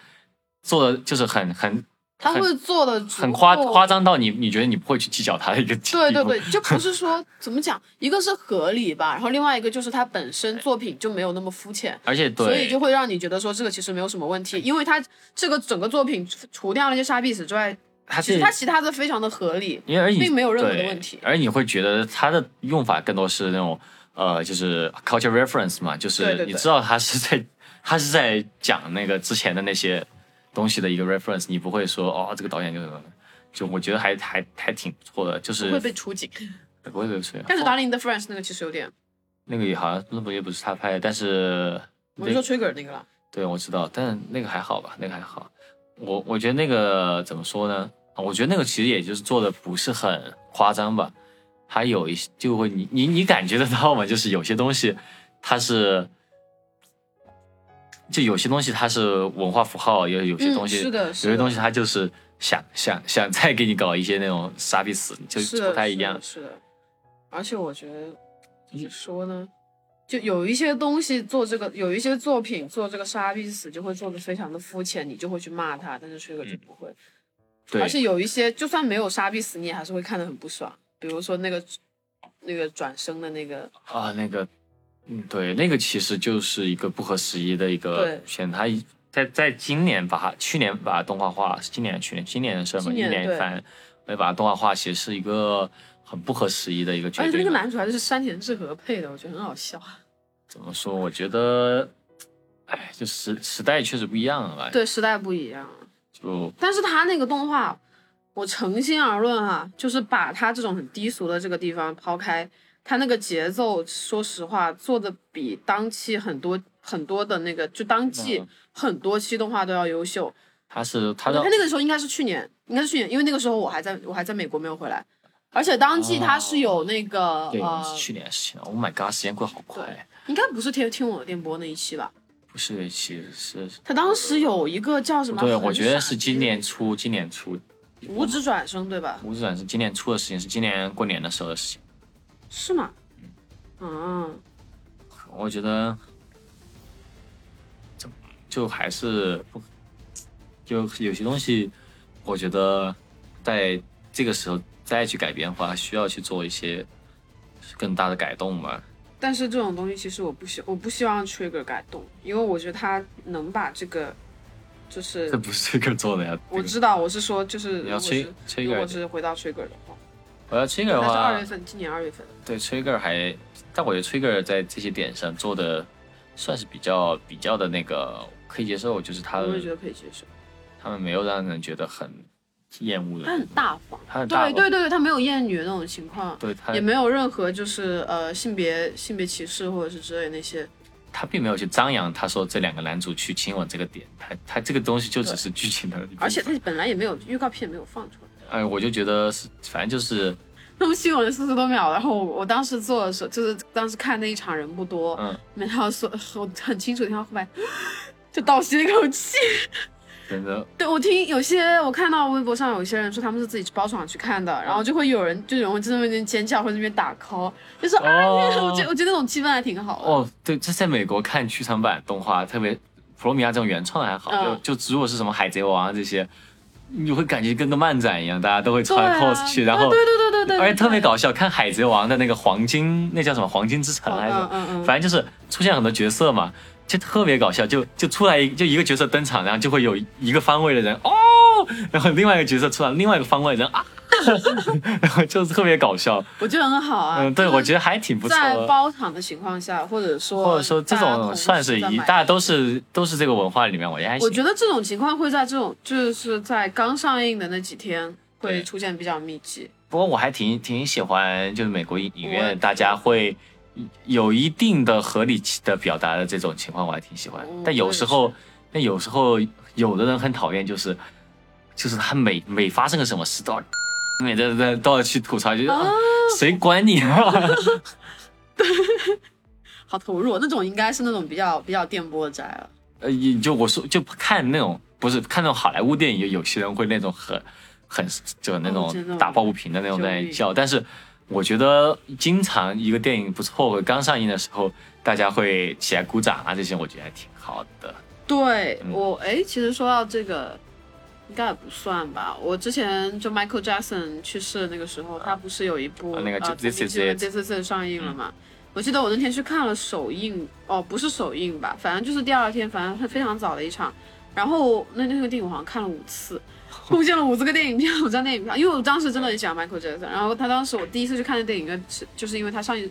S1: 做的就是很很
S2: 他会做的
S1: 很夸夸张到你你觉得你不会去计较他的一个
S2: 对
S1: 地
S2: 对
S1: 步
S2: 对，就不是说怎么讲，一个是合理吧，然后另外一个就是他本身作品就没有那么肤浅，
S1: 而且
S2: 所以
S1: 对
S2: 就会让你觉得说这个其实没有什么问题，因为他这个整个作品除除掉那些沙逼死之外，
S1: 他
S2: 其
S1: 是
S2: 实他其他的非常的合理，
S1: 因为而你
S2: 并没有任何的
S1: 对
S2: 问题
S1: 而你会觉得它的用法更多是那种呃，就是 culture reference 嘛，就
S2: 对
S1: 是
S2: 对
S1: 你
S2: 对
S1: 知道他是在他是在讲那个之前的那些东西的一个 reference，你不会说哦这个导演就是什么的，就我觉得还还还挺不错的，就是
S2: 不会被出警。
S1: 不会被吹啊。
S2: 但是《Darling in the Franks》那个其实有点，
S1: 那个也好像那部也不是他拍的，但是
S2: 我就
S1: 那
S2: 说 Trigger 那个了，
S1: 对我知道，但那个还好吧，那个还好。我我觉得那个怎么说呢？啊我觉得那个其实也就是做的不是很夸张吧，还有一些就会你你你感觉得到吗？就是有些东西它是，就有些东西它是文化符号，也有些
S2: 嗯
S1: 东西、
S2: 是的
S1: 有
S2: 是
S1: 些
S2: 的
S1: 东西它就是想想想再给你搞一些那种傻逼死，就是
S2: 的
S1: 不太一样。嗯
S2: 是的，是的而且我觉得怎么说呢，就有一些东西做这个，有一些作品做这个杀必死就会做的非常的肤浅，你就会去骂他，但是这个就不会。
S1: 嗯对，
S2: 而且有一些就算没有杀必死，你也还是会看得很不爽，比如说那个那个转生的那个，
S1: 啊，那个，嗯，对，那个其实就是一个不合时宜的一个
S2: 对
S1: 片，它一在在今年把它去年把它动画化，是今年去年今年的事儿嘛，
S2: 今
S1: 一
S2: 年
S1: 年一
S2: 对
S1: 番，呃把它动画化，其实是一个很不合时宜的一哎个哎决
S2: 而且
S1: 定。
S2: 那个男主还是山田智和配的，我觉得很好笑。
S1: 怎么说？我觉得，哎，就时时代确实不一样了吧？，
S2: 对，时代不一样。
S1: 就
S2: 但是他那个动画，我诚心而论哈、就是把他这种很低俗的这个地方抛开，他那个节奏，说实话做的比当期很多很多的那个，就当季
S1: 嗯
S2: 很多期动画都要优秀。
S1: 它是它
S2: 他
S1: 的
S2: 那个时候应该是去年，应该是去年，因为那个时候我还在我还在美国没有回来，而且当季他是有那个、
S1: 对，
S2: 呃
S1: 是，去年的事情了。Oh my god，时间过得好快，
S2: 应该不是听听我的电波那一期吧？
S1: 不是，其实是。
S2: 他当时有一个叫什么？
S1: 对，
S2: 很
S1: 我觉得
S2: 傻
S1: 是今
S2: 逼
S1: 年初，今年初，
S2: 五指转生对吧？
S1: 吴志远是今年初的事情，是今年过年的时候的事情。
S2: 是吗？嗯。
S1: 我觉得，就就还是不，就有些东西，我觉得在这个时候再去改变的话，需要去做一些更大的改动吧。
S2: 但是这种东西其实我不希我不希望 Trigger 改动，因为我觉得他能把这个，就是
S1: 这不是这个做的呀。
S2: 我
S1: 这个
S2: 知道我是说就
S1: 你
S2: 是如
S1: 要
S2: 果
S1: 吹
S2: 是
S1: 吹
S2: 如
S1: r
S2: 果是回到 Trigger 的话，
S1: 我要 trigger 的
S2: 但是
S1: 话
S2: 二月，份今年二月份
S1: 对 trigger 还，但我觉得 trigger 在这些点上做的算是比较比较的那个可以接受，就是他
S2: 我也
S1: 们
S2: 觉得可以接受。
S1: 他们没有让人觉得很厌恶的
S2: 他
S1: 人，
S2: 很大方。
S1: 他嗯很大
S2: 对
S1: 方，哎
S2: 对对对，他没有厌女那种情况，
S1: 对他
S2: 也没有任何就是呃性别性别歧视或者是之类那些。
S1: 他并没有去张扬，他说这两个男主去亲吻这个点，他他这个东西就只是剧情的一部分，
S2: 而且那本来也没有预告片也没有放出来，
S1: 哎，我就觉得是，反正就是
S2: 他们新闻四十多秒，然后我我当时做的时候，就是当时看那一场人不多，
S1: 嗯，
S2: 然后说我很清楚听到后面就倒吸了一口气。
S1: 真的
S2: 对我听有些我看到微博上有些人说他们是自己包场去看的，然后就会有人就有人在那边尖叫或者那边打 call，就说、啊，我觉
S1: 哦
S2: 得我觉得那种气氛还挺好的。
S1: 哦，对，这在美国看剧场版动画，特别《普罗米亚》这种原创还好，
S2: 嗯
S1: 就就如果是什么《海贼王》啊这些，你会感觉跟个漫展一样，大家都会
S2: 对
S1: 穿
S2: 啊
S1: cos 去，然后
S2: 啊对对对 对对，
S1: 而且
S2: 对
S1: 特别搞笑，看《海贼王》的那个黄金，那叫什么黄金之城还是什么，
S2: 嗯嗯嗯
S1: 反正就是出现很多角色嘛，就特别搞笑，就就出来一就一个角色登场，然后就会有一个方位的人哦，然后另外一个角色出来，另外一个方位的人啊， 然后就是特别搞笑，
S2: 我觉得很好啊。
S1: 嗯，对，
S2: 就是
S1: 我觉得还挺不错
S2: 在
S1: 的。
S2: 包场的情况下，或者说
S1: 或者说这
S2: 大家同
S1: 种
S2: 时
S1: 算是
S2: 在
S1: 一，
S2: 买
S1: 大家都是都是这个文化里面，我觉得还
S2: 我
S1: 行。
S2: 觉得这种情况会在这种就是在刚上映的那几天会
S1: 对
S2: 出现比较密集。
S1: 不过我还挺挺喜欢，就是美国影影
S2: 我也
S1: 院大家会有一定的合理的表达的这种情况，我还挺喜欢
S2: 嗯。
S1: 但有
S2: 我也
S1: 时候，但有时候有的人很讨厌，就是就是他每每发生个什么事都要每都都都要去吐槽，就是、啊
S2: 啊
S1: 谁管你啊？
S2: 好投入，那种应该是那种比较比较电波宅了。
S1: 呃，也就我说就看那种不是看那种好莱坞电影，有有些人会那种很很就那
S2: 哦真
S1: 种
S2: 的吗
S1: 打抱不平的那种
S2: 就
S1: 在
S2: 是
S1: 叫，但是我觉得经常一个电影不错，刚上映的时候大家会起来鼓掌啊，这些我觉得还挺好的。
S2: 对
S1: 嗯
S2: 我，哎，其实说到这个，应该也不算吧。我之前就 Michael Jackson 去世的那个时候，他不是有一部
S1: 啊那个
S2: 呃
S1: This Is
S2: 曾经
S1: It 嗯
S2: This Is It 上映了嘛？我记得我那天去看了首映，哦，不是首映吧，反正就是第二天，反正非常早的一场。然后那那个电影我好像看了五 次，贡献了五次个电影票，我张电影票，因为我当时真的很喜欢 Michael Jackson。然后他当时我第一次去看的电影呢，是就是因为他上映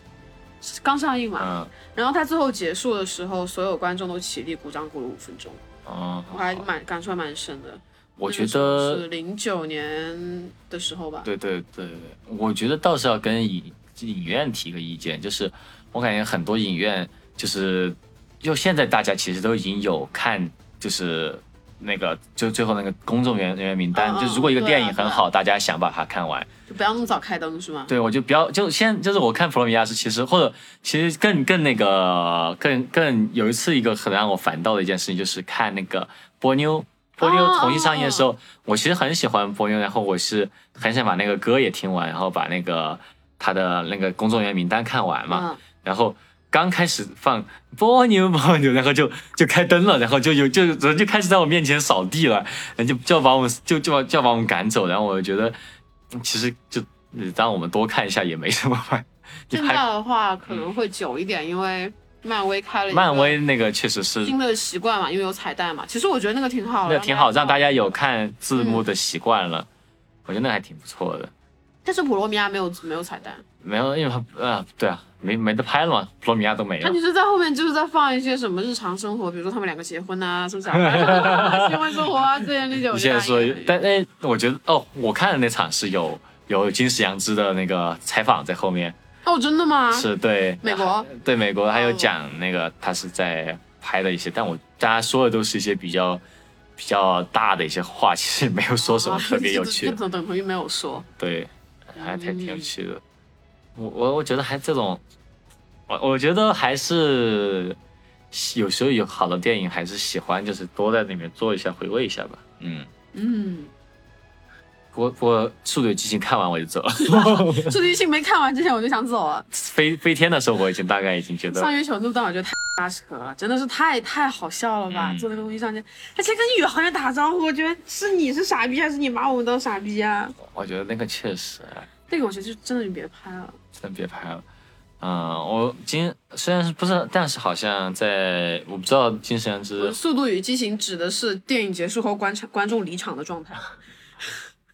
S2: 是刚上映嘛，
S1: 嗯
S2: 然后他最后结束的时候，所有观众都起立鼓掌鼓了五分钟，
S1: 嗯，
S2: 我还蛮感触还蛮深的。
S1: 我觉
S2: 那个时候
S1: 得
S2: 是零九年的时候吧。
S1: 对对对，对我觉得倒是要跟影影院提个意见，就是我感觉很多影院就是，就现在大家其实都已经有看，就是那个就最后那个工作人员名单，
S2: 嗯嗯
S1: 就是如果一个
S2: 对啊
S1: 电影很好，
S2: 对
S1: 大家想把它看完，
S2: 就不要那么早开灯是吗？
S1: 对我就比较就先就是我看《普罗米亚斯》，其实或者其实更更那个更更有一次一个很让我烦到的一件事情，就是看那个波妞。波妞
S2: 哦
S1: 重新上映的时候，我其实很喜欢波妞，然后我是很想把那个歌也听完，然后把那个他的那个工作人员名单看完嘛。
S2: 嗯，
S1: 然后刚开始放波妞波妞，然后就就开灯了，然后就有就人就开始在我面前扫地了，人就就要把我们就就要就要把我们赶走，然后我就觉得嗯其实就让我们多看一下也没什么吧。你
S2: 现在
S1: 拍
S2: 的话可能会久一点，因为漫威开了一个
S1: 漫威那个确实是
S2: 新的习惯嘛，因为有彩蛋嘛。其实我觉得那个挺好的，
S1: 那挺好，让大家有看字幕的习惯了，我觉得那还挺不错的。
S2: 但是普罗米亚没有没有彩蛋，
S1: 没有，因为他呃，对啊，没没得拍了嘛，普罗米亚都没
S2: 他
S1: 了
S2: 就。是在后面就是在放一些什么日常生活，比如说他们两个结婚啊，生小 孩啊、新婚生活啊这些那种。
S1: 你现在说
S2: 那样的，
S1: 但哎，我觉得哦，我看的那场是有有金石良知的那个采访在后面，
S2: 哦，真的吗？
S1: 是对
S2: 美国哦
S1: 对美国，还有讲那个他是在拍的一些，但我大家说的都是一些比较比较大的一些话，其实也没有说什么特别有趣
S2: 啊
S1: 的
S2: 就，等等同于没有说。
S1: 对，
S2: 嗯
S1: 还挺挺有趣的。我我我觉得还这种，我我觉得还是有时候有好的电影，还是喜欢就是多在里面做一下，回味一下吧，嗯。
S2: 嗯，
S1: 我我《速度与激情》看完我就走了，
S2: 数据性没看完之前我就想走了。
S1: 飞飞天的时候我已经大概已经觉
S2: 上
S1: 得，
S2: 月球那段我觉得太拉扯了，真的是太太好笑了吧？
S1: 嗯
S2: 坐那个东西上去，而且跟宇航员打招呼，我觉得是你是傻逼还是你把我们当傻逼啊？
S1: 我觉得那个确实哎
S2: 那个我觉得就真的就别拍了。
S1: 真别拍了。嗯，我今虽然是不是，但是好像在我不知道金石良
S2: 我的
S1: 知
S2: 《速度与激情》指的是电影结束后观场观众离场的状态。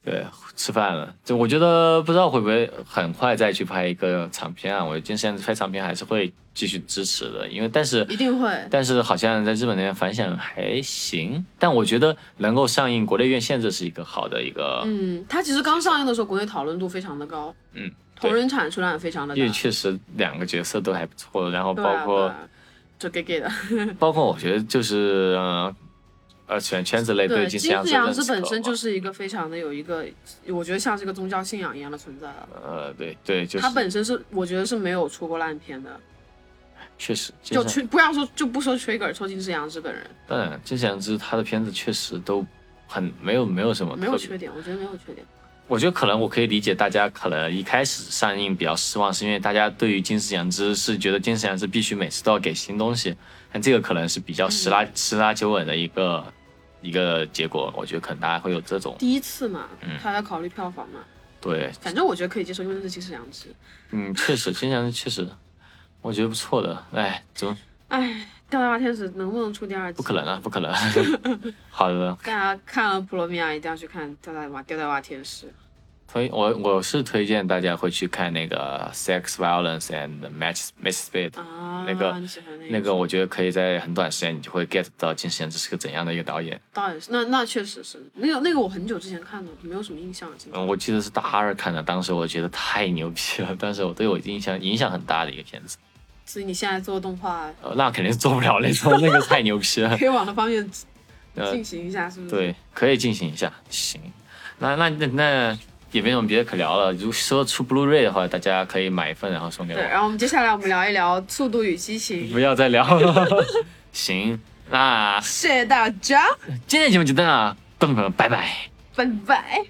S1: 对，吃饭了。就我觉得不知道会不会很快再去拍一个长片啊？我觉得现在拍长片还是会继续支持的，因为但是
S2: 一 定会。
S1: 但是好像在日本那边反响还行，但我觉得能够上映国内院线，这是一个好的一个，
S2: 嗯，它其实刚上映的时候，国内讨论度非常的高，
S1: 嗯，
S2: 同
S1: 对，
S2: 人产出量也非常的大
S1: 因为，确实两个角色都还不错，然后
S2: 对
S1: 包
S2: 啊
S1: 括、
S2: 对啊就 gay gay 的。
S1: 包括我觉得就是呃，呃圈圈子类金丝
S2: 金
S1: 羊
S2: 子
S1: 是
S2: 杨
S1: 认
S2: 枝
S1: 可
S2: 本身
S1: 嘛
S2: 就是一个非常的有一个，我觉得像是一个宗教信仰一样的存在了。
S1: 呃对对，就是
S2: 它本身是我觉得是没有出过烂片的，
S1: 确实
S2: 就
S1: 金丝
S2: 去不要说就不说 Trigger，说金枝杨枝本人
S1: 当然金丝羊之他的片子确实都很没有没有什么
S2: 没有
S1: 哦特别嗯
S2: 缺点，我觉得没有缺点。
S1: 我觉得可能我可以理解大家可能一开始上映比较失望，是因为大家对于金丝羊之是觉得金丝羊之必须每次都要给新东西，但这个可能是比较十拉
S2: 嗯
S1: 十拉九稳的一个一个结果。我觉得可能大家会有这种
S2: 第一次嘛
S1: 嗯，
S2: 他要考虑票房嘛，
S1: 对，
S2: 反正我觉得可以接受，因为那是金枝杨枝。
S1: 嗯，确实金丝羊之确实我觉得不错的。哎，怎么
S2: 哎，吊带袜天使能不能出第二季？
S1: 不可能啊？不可能。 好的，
S2: 大家看了《普罗米亚》一定要去看《吊带袜吊带袜天使》，
S1: 推我我是推荐大家会去看那个《Sex Violence and Match Match Speed》
S2: 啊，
S1: 那个
S2: 你喜欢那
S1: 那个我觉得可以在很短时间，你就会 get 到金贤这是个怎样的一个导演。
S2: 当然是那那确实是那个那个我很久之前看的，没有什么印象了。现在
S1: 嗯，我记得是大二看的，当时我觉得太牛逼了，但是我对我印象影响很大的一个片子。
S2: 所以你现在做动画，
S1: 呃，那肯定是做不了那种，那个太牛逼 了。
S2: 可以往那方面
S1: 呃，
S2: 进行一下，是不是？，
S1: 对，可以进行一下，行。那那那那也没什么别的可聊了。如果说出 Blu-ray 的话，大家可以买一份，然后送给
S2: 对。
S1: 我。
S2: 然后我们接下来我们聊一聊《速度与激情》，
S1: 不要再聊了。 行，那
S2: 谢谢大家，
S1: 啊今天的节目就到这儿，笨笨，拜拜。
S2: 拜拜。